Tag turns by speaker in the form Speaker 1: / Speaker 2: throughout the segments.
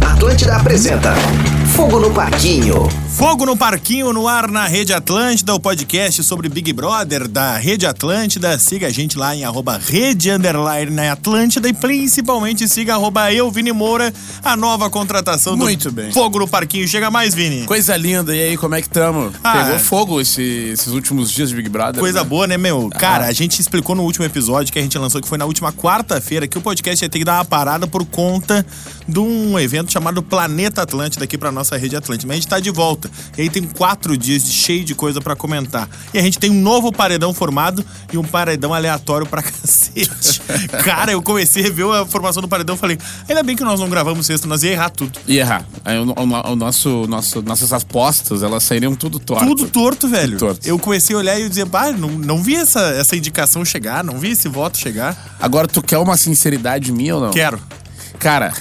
Speaker 1: Atlântida apresenta Fogo no Parquinho.
Speaker 2: Fogo no Parquinho no ar na Rede Atlântida, o podcast sobre Big Brother da Rede Atlântida. Siga a gente lá em arroba Rede Underline na Atlântida e principalmente siga arroba eu, Vini Moura, a nova contratação do
Speaker 3: Muito bem.
Speaker 2: Fogo no Parquinho. Chega mais, Vini.
Speaker 3: Coisa linda, e aí, como é que tamo?
Speaker 2: Ah.
Speaker 3: Pegou fogo esse- esses últimos dias de Big Brother?
Speaker 2: Coisa
Speaker 3: né?
Speaker 2: boa, né, meu? Cara, a gente explicou no último episódio que a gente lançou, que foi na última quarta-feira, que o podcast ia ter que dar uma parada por conta de um evento chamado Planeta Atlântida aqui pra nossa rede Atlântida. Mas a gente tá de volta. E aí tem quatro dias de- cheio de coisa pra comentar. E a gente tem um novo paredão formado e um paredão aleatório pra cacete. Cara, eu comecei a ver a formação do paredão e falei, ainda bem que nós não gravamos sexta, nós ia errar tudo.
Speaker 3: E errar. Aí, o, o- o nosso, nosso, nossas apostas, eelas sairiam tudo torto.
Speaker 2: Tudo torto, velho.
Speaker 3: torto.
Speaker 2: Eu comecei a olhar e eu dizia, pá, não, não vi essa, essa indicação chegar, não vi esse voto chegar.
Speaker 3: Agora, tu quer uma sinceridade minha ou não?
Speaker 2: Quero.
Speaker 3: Cara,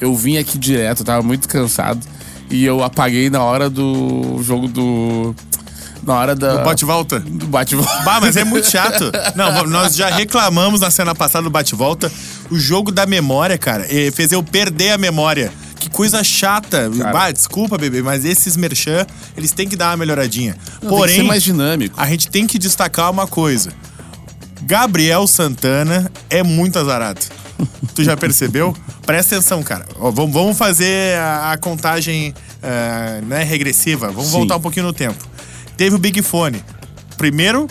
Speaker 3: eu vim aqui direto, eu tava muito cansado. E eu apaguei na hora do jogo do... Na hora da...
Speaker 2: Bate e volta.
Speaker 3: Do bate-volta.
Speaker 2: Bah, mas é muito chato. Não, vamos- nós já reclamamos na cena passada do bate-volta. O jogo da memória, cara, eh, fez eu perder a memória. Que coisa chata.
Speaker 3: Cara.
Speaker 2: Bah, desculpa, bebê, mas esses merchan, eles têm que dar uma melhoradinha.
Speaker 3: Tem que
Speaker 2: Porém,
Speaker 3: ser mais dinâmico.
Speaker 2: a gente tem que destacar uma coisa. Gabriel Santana é muito azarado. Tu já percebeu? Presta atenção, cara. Ó, vamos, vamos fazer a, a contagem ah, né, regressiva. Vamos
Speaker 3: Sim.
Speaker 2: voltar um pouquinho no tempo. Teve o Big Fone. Primeiro,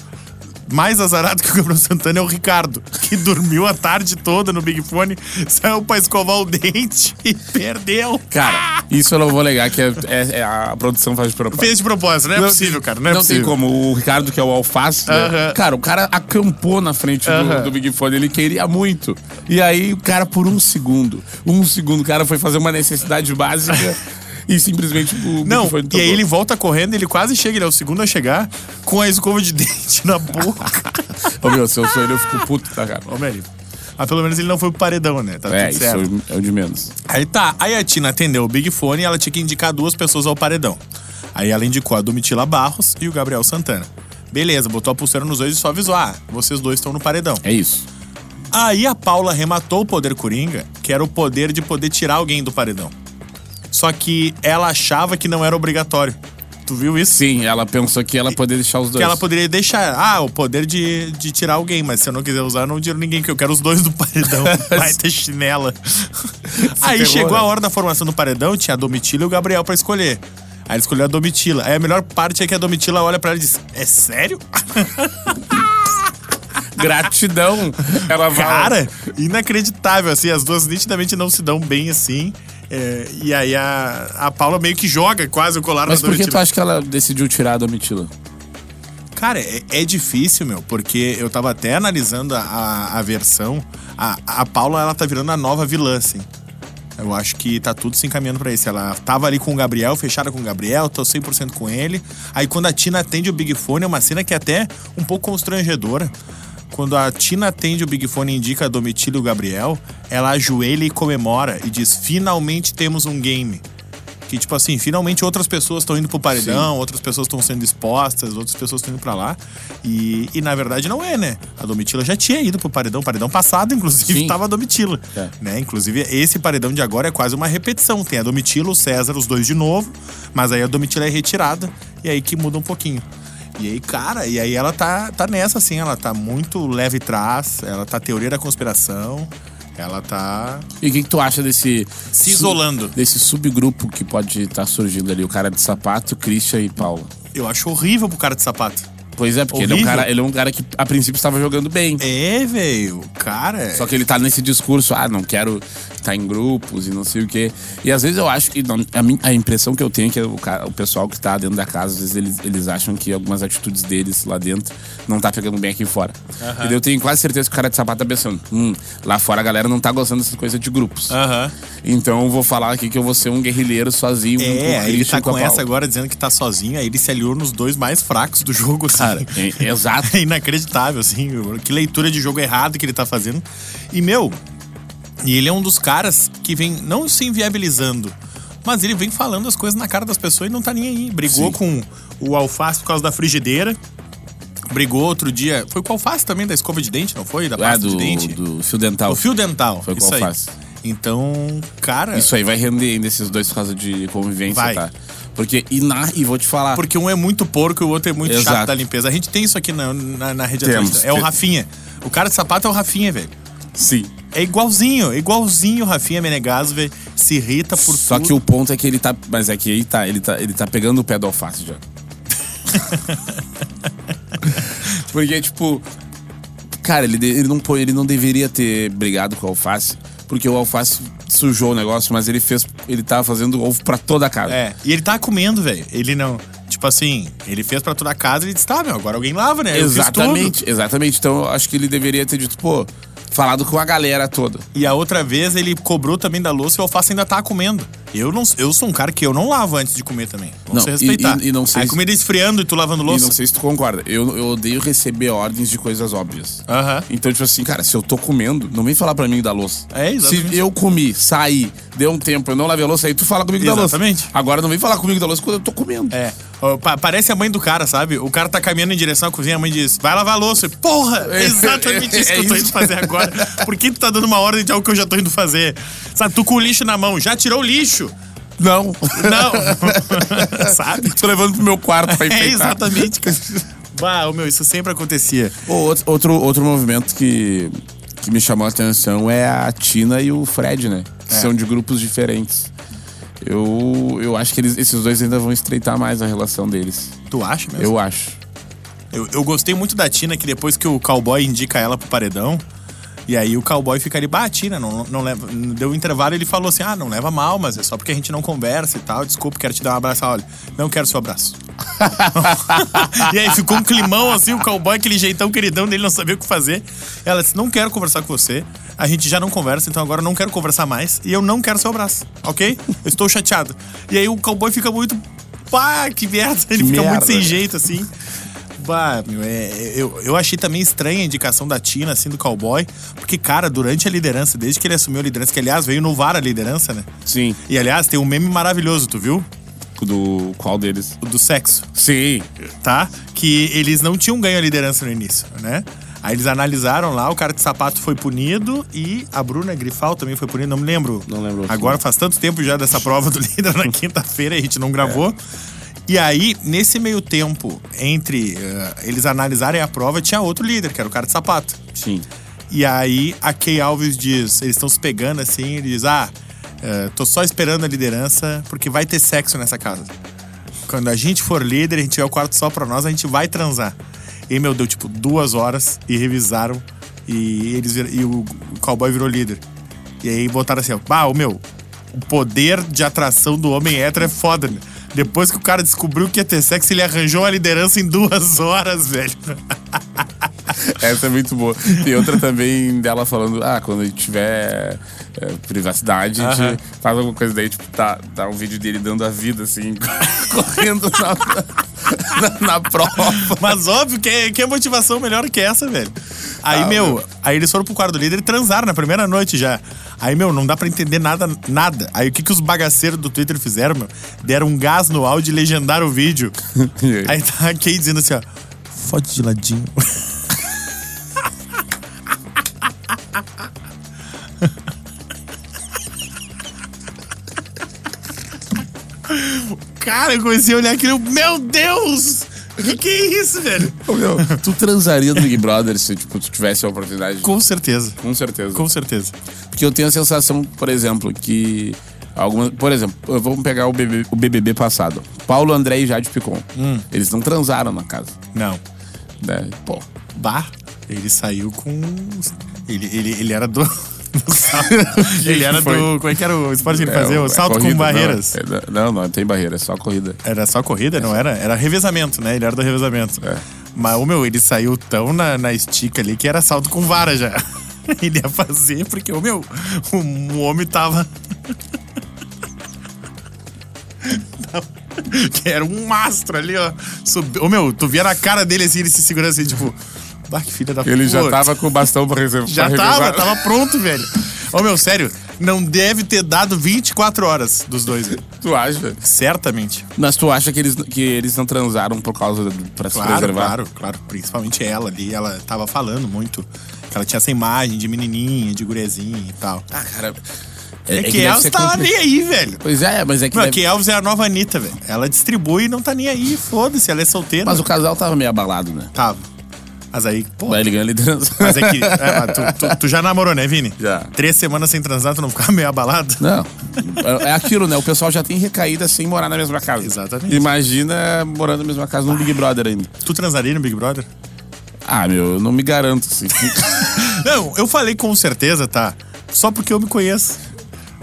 Speaker 2: mais azarado que o Gabriel Santana é o Ricardo, que dormiu a tarde toda no Big Fone, saiu pra escovar o dente e perdeu.
Speaker 3: Cara, isso eu não vou negar que é, é- é a produção faz de propósito.
Speaker 2: Fez de propósito, não é possível, cara. Não é possível.
Speaker 3: tem como. O Ricardo, que é o alface, né?
Speaker 2: Aham.
Speaker 3: cara, o cara acampou na frente do-
Speaker 2: Aham.
Speaker 3: do, Big Fone, ele queria muito. E aí, o cara, por um segundo, um segundo, o cara foi fazer uma necessidade básica e simplesmente o
Speaker 2: Não,
Speaker 3: Big Fone
Speaker 2: e
Speaker 3: tocou.
Speaker 2: aí ele volta correndo, ele quase chega, ele é o segundo a chegar, com a escova de dente na boca.
Speaker 3: Ô, meu, se eu sou ele, eu fico puto, tá, cara?
Speaker 2: Ô, Mary, mas Ah, pelo menos ele não foi pro paredão, né? Tá
Speaker 3: É,
Speaker 2: tudo
Speaker 3: isso
Speaker 2: certo.
Speaker 3: é o de menos.
Speaker 2: Aí tá, aí a Tina atendeu o Big Fone e ela tinha que indicar duas pessoas ao paredão. Aí ela indicou a Domitila Barros e o Gabriel Santana. Beleza, botou a pulseira nos dois e só avisou, ah, vocês dois estão no paredão.
Speaker 3: É isso.
Speaker 2: Aí a Paula rematou o poder coringa, que era o poder de poder tirar alguém do paredão. Só que ela achava que não era obrigatório. Tu viu isso?
Speaker 3: Sim, ela pensou que ela poderia deixar os dois.
Speaker 2: Que ela poderia deixar. Ah, o poder de, de tirar alguém, mas se eu não quiser usar, eu não tiro ninguém, que eu quero os dois do paredão. Vai ter chinela. Aí
Speaker 3: ferrou,
Speaker 2: chegou
Speaker 3: né?
Speaker 2: a hora da formação do paredão, tinha a Domitila e o Gabriel pra escolher. Aí ele escolheu a Domitila. Aí a melhor parte é que a Domitila olha pra ela e diz: É sério?
Speaker 3: Gratidão. Ela vai.
Speaker 2: Cara, inacreditável, assim, as duas nitidamente não se dão bem assim. É, e aí a, a Paula meio que joga quase o colar
Speaker 3: Mas
Speaker 2: na
Speaker 3: por que
Speaker 2: Domitila.
Speaker 3: tu acha que ela decidiu tirar a Domitila?
Speaker 2: Cara, é, é difícil, meu, porque eu tava até analisando a, a, a versão. A, a Paula, ela tá virando a nova vilã, assim. Eu acho que tá tudo se encaminhando pra isso. Ela tava ali com o Gabriel, fechada com o Gabriel, tô 100% com ele. Aí quando a Tina atende o Big Fone, é uma cena que é até um pouco constrangedora. Quando a Tina atende o Big Fone e indica a Domitila e o Gabriel, ela ajoelha e comemora e diz: finalmente temos um game. Que, tipo assim, finalmente outras pessoas estão indo pro paredão, outras pessoas estão sendo expostas, outras pessoas estão indo pra lá. E, e, na verdade não é, né? A Domitila já tinha ido pro paredão, paredão passado, inclusive,
Speaker 3: Sim.
Speaker 2: tava a Domitila.
Speaker 3: É.
Speaker 2: Né? Inclusive, esse paredão de agora é quase uma repetição. Tem a Domitila, o César, os dois de novo, mas aí a Domitila é retirada e aí que muda um pouquinho. E aí, cara, e aí ela tá, tá nessa, assim, ela tá muito leve trás, ela tá teoria da conspiração, ela tá
Speaker 3: E o que, que tu acha desse.
Speaker 2: se isolando.
Speaker 3: desse subgrupo que pode estar surgindo ali, o cara de sapato, Christian e Paula.
Speaker 2: Eu acho horrível pro cara de sapato.
Speaker 3: Pois é, porque ele é, um
Speaker 2: Horrível.
Speaker 3: cara, ele é um cara que a princípio estava jogando bem.
Speaker 2: É, velho. Cara.
Speaker 3: Só que ele tá nesse discurso, ah, não quero estar em grupos e não sei o quê. E às vezes eu acho que. não, a, min- a impressão que eu tenho é que o, cara- o pessoal que tá dentro da casa, às vezes eles, eles acham que algumas atitudes deles lá dentro não tá pegando bem aqui fora. E daí eu tenho quase certeza que o cara de sapato tá pensando, hum, lá fora a galera não tá gostando dessas coisas de grupos.
Speaker 2: Aham.
Speaker 3: Então eu vou falar aqui que eu vou ser um guerrilheiro sozinho, um
Speaker 2: É, aí ele
Speaker 3: Christian
Speaker 2: tá
Speaker 3: a
Speaker 2: com
Speaker 3: Paula.
Speaker 2: essa agora dizendo que tá sozinho, aí ele se aliou nos dois mais fracos do jogo, assim.
Speaker 3: Cara, é- é exato.
Speaker 2: É inacreditável, assim. Que leitura de jogo errado que ele tá fazendo. E, meu, e ele é um dos caras que vem não se inviabilizando, mas ele vem falando as coisas na cara das pessoas e não tá nem aí. Brigou
Speaker 3: Sim.
Speaker 2: com o alface por causa da frigideira. Brigou outro dia. Foi com o alface também da escova de dente, não foi? Da
Speaker 3: Lá
Speaker 2: pasta
Speaker 3: É, do,
Speaker 2: de dente.
Speaker 3: do fio dental.
Speaker 2: O fio dental.
Speaker 3: Foi com
Speaker 2: isso aí.
Speaker 3: alface.
Speaker 2: Então, cara.
Speaker 3: Isso aí vai render ainda esses dois por causa de convivência,
Speaker 2: Vai.
Speaker 3: tá? Porque, e, na, e vou te falar,
Speaker 2: Porque um é muito porco e o outro é muito
Speaker 3: Exato.
Speaker 2: chato da limpeza. A gente tem isso aqui na, na, na rede
Speaker 3: Temos.
Speaker 2: Atlântida. É o
Speaker 3: Tem-
Speaker 2: Rafinha. O cara de sapato é o Rafinha, velho.
Speaker 3: sim.
Speaker 2: É igualzinho, é igualzinho o Rafinha Menegaso, velho. Se irrita por
Speaker 3: Só
Speaker 2: tudo.
Speaker 3: que o ponto é que ele tá. Mas é que aí tá, ele tá, ele tá pegando o pé do alface já. Porque, tipo. Cara, ele, de- ele, não, pô- ele não deveria ter brigado com o alface. Porque o alface sujou o negócio, mas ele fez. Ele tava fazendo ovo pra toda a casa.
Speaker 2: É, e ele tá comendo, velho. Ele não. Tipo assim, ele fez pra toda a casa e ele disse: tá, meu, agora alguém lava, né? Eu fiz tudo."
Speaker 3: exatamente, exatamente. Então eu acho que ele deveria ter dito, pô, falado com a galera toda.
Speaker 2: E a outra vez ele cobrou também da louça e o alface ainda tá comendo. Eu não, eu sou um cara que eu não lavo antes de comer também. Vamos
Speaker 3: Não,
Speaker 2: se
Speaker 3: e-
Speaker 2: respeitar.
Speaker 3: e- e não sei
Speaker 2: Aí
Speaker 3: se-
Speaker 2: comida esfriando e tu lavando
Speaker 3: E
Speaker 2: louça.
Speaker 3: não sei se tu concorda, eu, eu odeio receber ordens de coisas óbvias.
Speaker 2: Aham.
Speaker 3: Então, tipo assim, cara, se eu tô comendo, não vem falar pra mim da louça.
Speaker 2: É, exatamente.
Speaker 3: Se eu comi, saí, deu um tempo, eu não lavei a louça, aí tu fala comigo da louça.
Speaker 2: Exatamente.
Speaker 3: Agora não vem falar comigo da louça quando eu tô comendo.
Speaker 2: É. Ó, pa- parece a mãe do cara, sabe? O cara tá caminhando em direção à cozinha, a mãe diz: vai lavar a louça. E, Porra! É exatamente isso que eu tô
Speaker 3: É
Speaker 2: indo
Speaker 3: isso.
Speaker 2: fazer agora. Por que tu tá dando uma ordem de algo que eu já tô indo fazer? Sabe, tu com o lixo na mão, já tirou o lixo?
Speaker 3: Não.
Speaker 2: Não! sabe?
Speaker 3: tô levando pro meu quarto pra enfeitar.
Speaker 2: É exatamente, cara. Bah, ô, meu, isso sempre acontecia.
Speaker 3: Ô, outro- Outro, outro movimento que, que me chamou a atenção é a Tina e o Fred, né?
Speaker 2: É.
Speaker 3: Que são de grupos diferentes. Eu, eu acho que eles, esses dois ainda vão estreitar mais a relação deles.
Speaker 2: Tu acha mesmo?
Speaker 3: Eu acho.
Speaker 2: Eu, eu gostei muito da Tina, que depois que o cowboy indica ela pro paredão, e aí o cowboy fica ali, bah, Tina, não, não leva. Deu um intervalo ele falou assim: ah, não leva mal, mas é só porque a gente não conversa e tal. Desculpa, quero te dar um abraço. Ah, Olha, não quero seu abraço. e aí ficou um climão assim, o cowboy, aquele jeitão queridão dele, não sabia o que fazer. Ela disse: não quero conversar com você, a gente já não conversa, então agora eu não quero conversar mais e eu não quero seu abraço, ok? Eu estou chateado. E aí o cowboy fica muito. Pá, que merda! Ele
Speaker 3: Que
Speaker 2: fica muito
Speaker 3: merda.
Speaker 2: sem jeito, assim. Bah, meu, é, eu, eu achei também estranha a indicação da Tina, assim, do cowboy. Porque, cara, durante a liderança, desde que ele assumiu a liderança, que aliás veio no VAR a liderança, né?
Speaker 3: Sim.
Speaker 2: E aliás, tem um meme maravilhoso, tu viu?
Speaker 3: Do qual deles?
Speaker 2: O do sexo,
Speaker 3: Sim.
Speaker 2: tá? Que eles não tinham ganho a liderança no início, né? Aí eles analisaram lá, o cara de sapato foi punido e a Bruna Grifal também foi punida, não me lembro.
Speaker 3: Não lembro.
Speaker 2: Agora faz tanto tempo já dessa prova do líder na quinta-feira, a gente não gravou.
Speaker 3: É.
Speaker 2: E aí, nesse meio tempo, entre eh, eles analisarem a prova, tinha outro líder, que era o cara de sapato.
Speaker 3: Sim.
Speaker 2: E aí a Kay Alves diz, eles estão se pegando assim, ele diz, ah, eh, tô só esperando a liderança, porque vai ter sexo nessa casa. Quando a gente for líder, a gente tiver o quarto só pra nós, a gente vai transar. E, meu, deu tipo duas horas e revisaram e eles vir- e o cowboy virou líder. E aí botaram assim, ó, ah, o meu, o poder de atração do homem hétero é foda, né? Depois que o cara descobriu que ia ter sexo, ele arranjou a liderança em duas horas, velho.
Speaker 3: Essa é muito boa. Tem outra também dela falando: ah, quando a gente tiver é, privacidade, a gente faz alguma coisa daí, tipo, tá, tá um vídeo dele dando a vida, assim, correndo na, na, na prova.
Speaker 2: Mas óbvio que é, que é motivação melhor que essa, velho. Aí,
Speaker 3: Ah,
Speaker 2: meu, aí eles foram pro quarto do líder e transaram na primeira noite já. Aí, meu, não dá pra entender nada, nada. Aí o que, que os bagaceiros do Twitter fizeram, meu? Deram um gás no áudio e legendaram o vídeo. aí tá a Kay dizendo assim, ó. Fode de ladinho. Cara, eu comecei a olhar aquilo. Meu Deus! Que que é isso, velho?
Speaker 3: Ô, meu, tu transaria no Big Brother se tipo, tu tivesse a oportunidade?
Speaker 2: Com certeza.
Speaker 3: Com certeza.
Speaker 2: Com certeza.
Speaker 3: Porque eu tenho a sensação, por exemplo, que. Alguma, por exemplo, eu- vamos pegar o, BB o BBB passado. Paulo, André e Jade Picon.
Speaker 2: Hum.
Speaker 3: Eles não transaram na casa.
Speaker 2: Não.
Speaker 3: Né? Pô,
Speaker 2: Bah, ele saiu com. Ele, ele, ele era do. do salto. ele era
Speaker 3: Foi.
Speaker 2: do. Como é que era o esporte que ele
Speaker 3: É,
Speaker 2: fazia?
Speaker 3: é
Speaker 2: O salto
Speaker 3: corrida,
Speaker 2: com barreiras.
Speaker 3: Não, é, não, não tem barreira, é só corrida.
Speaker 2: Era só corrida, não era? Era revezamento, né? Ele era do revezamento.
Speaker 3: É.
Speaker 2: Mas o meu, ele saiu tão na, na estica ali que era salto com vara já. Ele ia fazer, porque o meu, o, o homem tava. Tava- que era um mastro ali, ó. Subi... Ô meu, tu via na cara dele assim, ele se segurando assim, tipo. Ah, que filha da
Speaker 3: Ele já
Speaker 2: puta."
Speaker 3: tava com o bastão pra reservar.
Speaker 2: Já tava, tava pronto, velho. Ô meu, sério, não deve ter dado 24 horas dos dois, velho.
Speaker 3: Tu acha?
Speaker 2: Certamente.
Speaker 3: Mas tu acha que eles, que eles não transaram por causa do, pra se
Speaker 2: Claro,
Speaker 3: preservar?
Speaker 2: claro, claro. Principalmente ela ali, ela tava falando muito que ela tinha essa imagem de menininha, de gurezinha e tal.
Speaker 3: Ah, cara.
Speaker 2: É, que,
Speaker 3: deve
Speaker 2: Elvis
Speaker 3: ser
Speaker 2: tá
Speaker 3: compli-
Speaker 2: nem aí, velho.
Speaker 3: Pois é, mas é que.
Speaker 2: Não, é
Speaker 3: deve-
Speaker 2: que Elvis é a nova Anitta, velho. Ela distribui e não tá nem aí, foda-se, ela é solteira.
Speaker 3: Mas o casal tava meio abalado, né?
Speaker 2: Tava. Mas aí, pô.
Speaker 3: Vai ligando ele dança.
Speaker 2: Mas é que. é, mas tu, tu- tu já namorou, né, Vini?
Speaker 3: Já.
Speaker 2: Três semanas sem transar, tu não ficava meio abalado?
Speaker 3: Não. É- É aquilo, né? O pessoal já tem recaída sem morar na mesma casa.
Speaker 2: Exatamente.
Speaker 3: Imagina morando na mesma casa no Big Brother ainda.
Speaker 2: Tu transaria no Big Brother?
Speaker 3: Ah, meu, eu não me garanto, assim.
Speaker 2: Não, eu falei com certeza, tá? Só porque eu me conheço.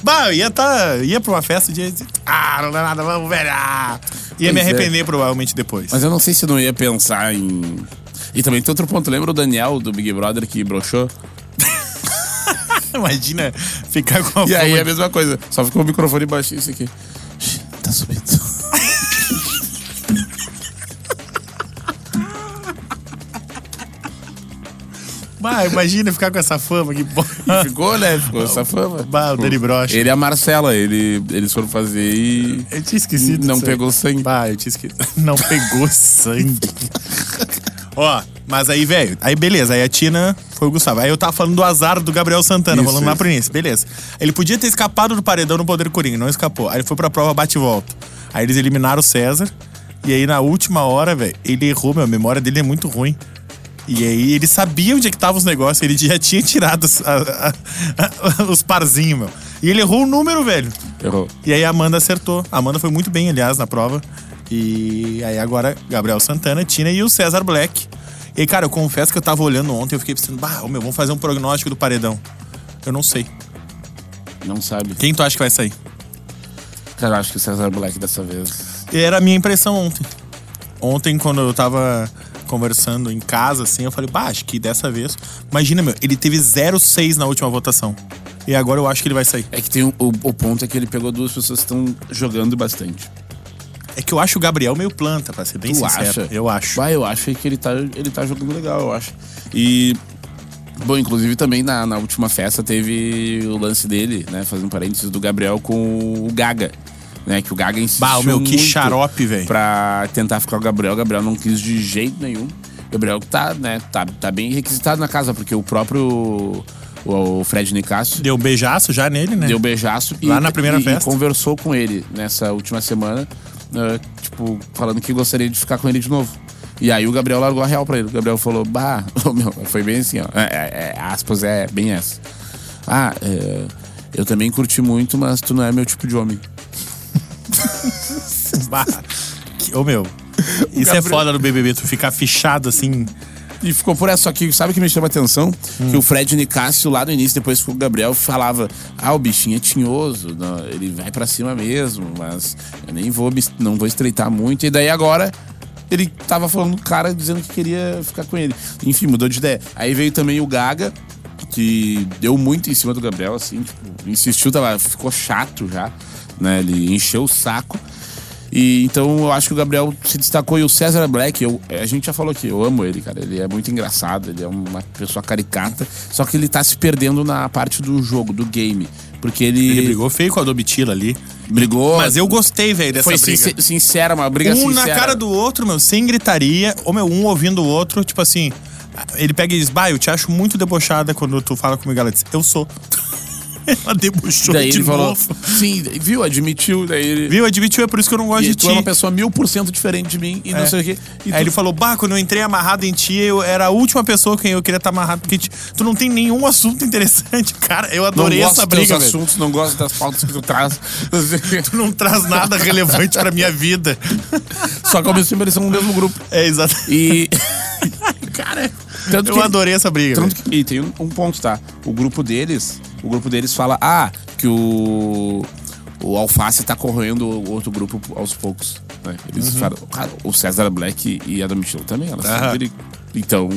Speaker 2: Bah, eu ia, tá, ia pra uma festa e ia dizer, ah, não dá nada, vamos, velho. ah." Ia
Speaker 3: Pois
Speaker 2: me
Speaker 3: é.
Speaker 2: arrepender provavelmente depois.
Speaker 3: Mas eu não sei se eu não ia pensar em. E também tem outro ponto. Lembra o Daniel do Big Brother que broxou?
Speaker 2: Imagina ficar com a
Speaker 3: E
Speaker 2: fama
Speaker 3: aí é a
Speaker 2: de-
Speaker 3: mesma coisa. Só ficou o microfone baixinho, isso aqui. Shh, Tá subindo.
Speaker 2: Bah, imagina ficar com essa fama que bo-
Speaker 3: Ficou, né? Ficou essa fama.
Speaker 2: Bah, o Dani Brocha.
Speaker 3: Ele e a Marcela, ele, eles foram fazer e.
Speaker 2: Eu tinha esquecido.
Speaker 3: Não
Speaker 2: disso
Speaker 3: pegou
Speaker 2: aí.
Speaker 3: sangue.
Speaker 2: Bah, Ah, eu tinha esquecido. Não pegou sangue. Ó, mas aí, velho, aí beleza, aí a Tina foi o Gustavo. Aí eu tava falando do azar do Gabriel Santana,
Speaker 3: Isso,
Speaker 2: falando lá
Speaker 3: isso.
Speaker 2: pro início, beleza. Ele podia ter escapado do paredão no Poder Coringa, não escapou. Aí ele foi pra prova bate e volta. Aí eles eliminaram o César. E aí na última hora, velho, ele errou, meu, a memória dele é muito ruim. E aí ele sabia onde é que estavam os negócios, ele já tinha tirado os, a- a- os parzinhos, meu. E ele errou o número, velho.
Speaker 3: Errou.
Speaker 2: E aí a Amanda acertou. A Amanda foi muito bem, aliás, na prova. E aí agora, Gabriel Santana, Tina e o César Black. E, cara, eu confesso que eu tava olhando ontem e eu fiquei pensando, bah, ô, meu, vamos fazer um prognóstico do paredão. Eu não sei.
Speaker 3: Não sabe.
Speaker 2: Quem tu acha que vai sair?
Speaker 3: Cara, eu acho que o César Black dessa vez.
Speaker 2: Era a minha impressão ontem. Ontem, quando eu tava conversando em casa, assim, eu falei, bah, acho que dessa vez. Imagina, meu, ele teve 0,6 na última votação. E agora eu acho que ele vai sair.
Speaker 3: É que tem o, o- o ponto é que ele pegou duas pessoas que estão jogando bastante.
Speaker 2: É que eu acho o Gabriel meio planta, pra ser bem
Speaker 3: Tu
Speaker 2: sincero.
Speaker 3: acha?
Speaker 2: Eu acho.
Speaker 3: Bah, eu acho que ele tá, ele tá jogando legal, eu acho. E. Bom, inclusive também na, na última festa teve o lance dele, né? Fazendo parênteses, do Gabriel com o Gaga. Né, que o Gaga insistiu
Speaker 2: Bah, o meu, que
Speaker 3: muito
Speaker 2: xarope, velho.
Speaker 3: Pra tentar ficar com o Gabriel. O Gabriel não quis de jeito nenhum. O Gabriel tá, né, tá, tá bem requisitado na casa, porque o próprio o, o Fred Nicásio
Speaker 2: Deu um beijaço já nele, né?
Speaker 3: deu beijaço e,
Speaker 2: Lá na primeira
Speaker 3: e- e
Speaker 2: festa.
Speaker 3: conversou com ele nessa última semana, né, tipo, falando que gostaria de ficar com ele de novo. E aí o Gabriel largou a real pra ele. O Gabriel falou, bah, ô, meu, foi bem assim, ó. É, é, é, aspas, é bem essa. Ah, é, eu também curti muito, mas tu não é meu tipo de homem.
Speaker 2: Bah, que- Ô meu, isso é
Speaker 3: Gabriel-
Speaker 2: foda no BBB, tu ficar fichado assim.
Speaker 3: E ficou por essa. Só que sabe o que me chama a atenção? Que o Fred Nicásio, lá no início, depois que o Gabriel falava: Ah, o bichinho é tinhoso, não, ele vai pra cima mesmo, mas eu nem vou, me- não vou estreitar muito. E daí agora. Ele tava falando do cara dizendo que queria ficar com ele. Enfim, mudou de ideia. Aí veio também o Gaga, que deu muito em cima do Gabriel, assim, tipo, insistiu, tava, ficou chato já, né? Ele encheu o saco. E então eu acho que o Gabriel se destacou e o César Black, eu, é, a gente já falou aqui, eu amo ele, cara. Ele é muito engraçado, ele é uma pessoa caricata. Só que ele tá se perdendo na parte do jogo, do game. Porque ele,
Speaker 2: Ele brigou feio com a Dobitila ali.
Speaker 3: brigou,
Speaker 2: Mas eu gostei, velho, dessa
Speaker 3: foi
Speaker 2: briga.
Speaker 3: sincer- sincera, uma briga
Speaker 2: um
Speaker 3: sincera.
Speaker 2: na cara do outro, meu, sem gritaria. Ou, meu, um ouvindo o outro, tipo assim. Ele pega e diz, bah, eu te acho muito debochada quando tu fala comigo. Ela diz, eu sou. Ela debochou
Speaker 3: Daí
Speaker 2: de
Speaker 3: ele falou,
Speaker 2: novo.
Speaker 3: sim, viu, admitiu, daí ele...
Speaker 2: Viu? Admitiu, é por isso que eu não gosto
Speaker 3: E
Speaker 2: de
Speaker 3: tu
Speaker 2: ti.
Speaker 3: é uma pessoa mil por cento diferente de mim e
Speaker 2: É.
Speaker 3: não sei o quê. E tu-
Speaker 2: Aí ele falou, bah, quando eu entrei amarrado em ti, eu era a última pessoa que eu queria estar amarrado, porque ti- tu não tem nenhum assunto interessante. Cara, eu
Speaker 3: não
Speaker 2: adorei
Speaker 3: gosto
Speaker 2: essa
Speaker 3: dos teus
Speaker 2: briga, velho.
Speaker 3: assuntos, não gosto das pautas que tu traz. não sei o quê.
Speaker 2: Tu não traz nada relevante pra minha vida.
Speaker 3: Só que ao mesmo tempo eles são do mesmo grupo.
Speaker 2: É, exato.
Speaker 3: E.
Speaker 2: Cara,
Speaker 3: Tanto
Speaker 2: eu
Speaker 3: que-
Speaker 2: adorei essa briga.
Speaker 3: Tanto que- e tem um, um ponto, tá? O grupo deles, o grupo deles fala, ah, que o, o Alface tá corroendo o outro grupo aos poucos. né? Eles falam, cara, o César Black e a Domitila também, elas são
Speaker 2: Aham.
Speaker 3: dele- Então,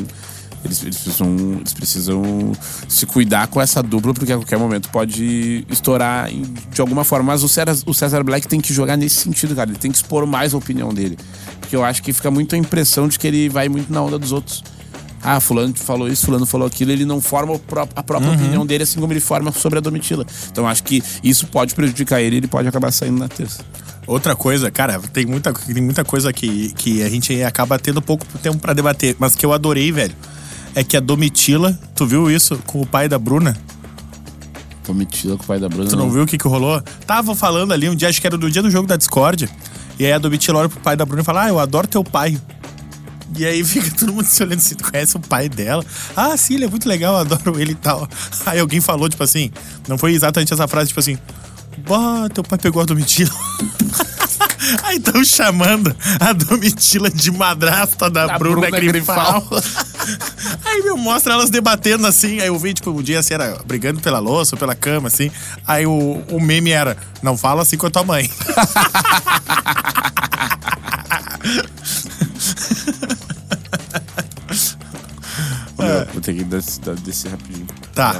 Speaker 3: eles, eles precisam, eles precisam se cuidar com essa dupla, porque a qualquer momento pode estourar em- de alguma forma. Mas o César, o César Black tem que jogar nesse sentido, cara. Ele tem que expor mais a opinião dele. Porque eu acho que fica muito a impressão de que ele vai muito na onda dos outros. Ah, fulano falou isso, fulano falou aquilo, ele não forma o pró- a própria
Speaker 2: Uhum.
Speaker 3: opinião dele, assim como ele forma sobre a Domitila. Então acho que isso pode prejudicar ele, ele pode acabar saindo na terça.
Speaker 2: Outra coisa, cara, tem muita, tem muita coisa que, que a gente acaba tendo pouco tempo pra debater, mas que eu adorei, velho. É que a Domitila, tu viu isso com o pai da Bruna?
Speaker 3: Tô metido Então, com o pai da Bruna.
Speaker 2: Tu não viu o que, que rolou? Tava falando ali um dia, acho que era do dia do jogo da Discord. E aí a Domitila olha pro pai da Bruna e fala: Ah, eu adoro teu pai. E aí fica todo mundo se olhando assim, tu conhece o pai dela? Ah, sim, ele é muito legal, eu adoro ele e tal. Aí alguém falou, tipo assim, não foi exatamente essa frase, tipo assim, bah, teu pai pegou a Domitila. aí estão chamando a Domitila de madrasta da
Speaker 3: Da
Speaker 2: Bruna,
Speaker 3: Bruna
Speaker 2: Grifal.
Speaker 3: Grifal.
Speaker 2: aí meu, mostra elas debatendo assim, aí eu vi, tipo, um dia assim, era brigando pela louça ou pela cama, assim. Aí o, o meme era, não fala assim com a tua mãe.
Speaker 3: Meu, Vou ter que des- da- descer rapidinho.
Speaker 2: É.
Speaker 3: É,
Speaker 2: Tá.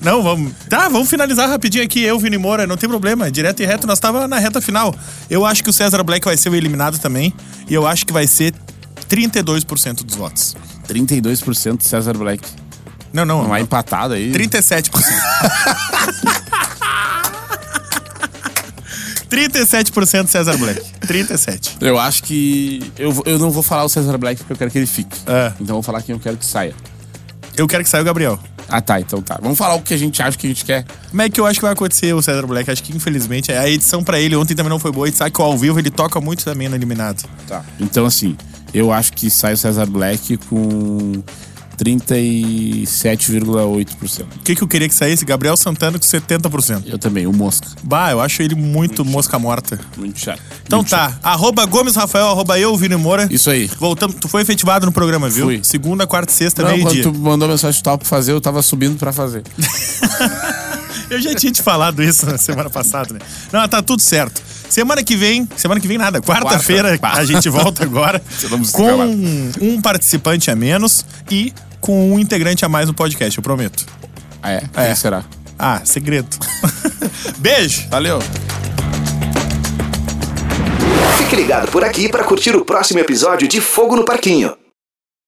Speaker 2: Não, vamos. Tá, vamos finalizar rapidinho aqui. Eu, Vini Moura, não tem problema. é Direto e reto, nós tava na reta final. Eu acho que o César Black vai ser o eliminado também. E eu acho que vai ser 32% dos votos.
Speaker 3: 32% César Black.
Speaker 2: Não, não.
Speaker 3: Não
Speaker 2: não.
Speaker 3: é empatado aí?
Speaker 2: 37%. 37% César Black. 37.
Speaker 3: Eu acho que. Eu, vou- eu não vou falar o César Black porque eu quero que ele fique.
Speaker 2: É.
Speaker 3: Então eu vou falar quem eu quero que saia.
Speaker 2: Eu quero que saia o Gabriel.
Speaker 3: Ah, tá, então tá. Vamos falar o que a gente acha que a gente quer.
Speaker 2: Como é que eu acho que vai acontecer o César Black? Acho que, infelizmente, a edição pra ele ontem também não foi boa. A gente sabe que o ao vivo ele toca muito também no eliminado.
Speaker 3: Tá. Então, assim, eu acho que sai o César Black com 37,8%.
Speaker 2: O que, que eu queria que saísse? Gabriel Santana com 70%.
Speaker 3: Eu também, o Mosca.
Speaker 2: Bah, eu acho ele muito mosca morta.
Speaker 3: Muito chato.
Speaker 2: Então
Speaker 3: Muito chato.
Speaker 2: tá, arroba Gomes Rafael, arroba eu, Vini Moura.
Speaker 3: Isso aí.
Speaker 2: Voltamos, tu foi efetivado no programa, viu?
Speaker 3: Fui.
Speaker 2: Segunda, quarta e sexta,
Speaker 3: Não, quando
Speaker 2: meio-dia.
Speaker 3: tu mandou mensagem tal pra fazer, eu tava subindo pra fazer.
Speaker 2: Eu já tinha te falado isso na semana passada, né? Não, tá tudo certo. Semana que vem, semana que vem nada, quarta-feira
Speaker 3: Quarta.
Speaker 2: a gente volta agora
Speaker 3: Vamos
Speaker 2: com
Speaker 3: escalar.
Speaker 2: um participante a menos e com um integrante a mais no podcast, eu prometo.
Speaker 3: Ah, é? Quem será?
Speaker 2: Ah, segredo. Beijo!
Speaker 3: Valeu!
Speaker 1: Fique ligado por aqui para curtir o próximo episódio de Fogo no Parquinho.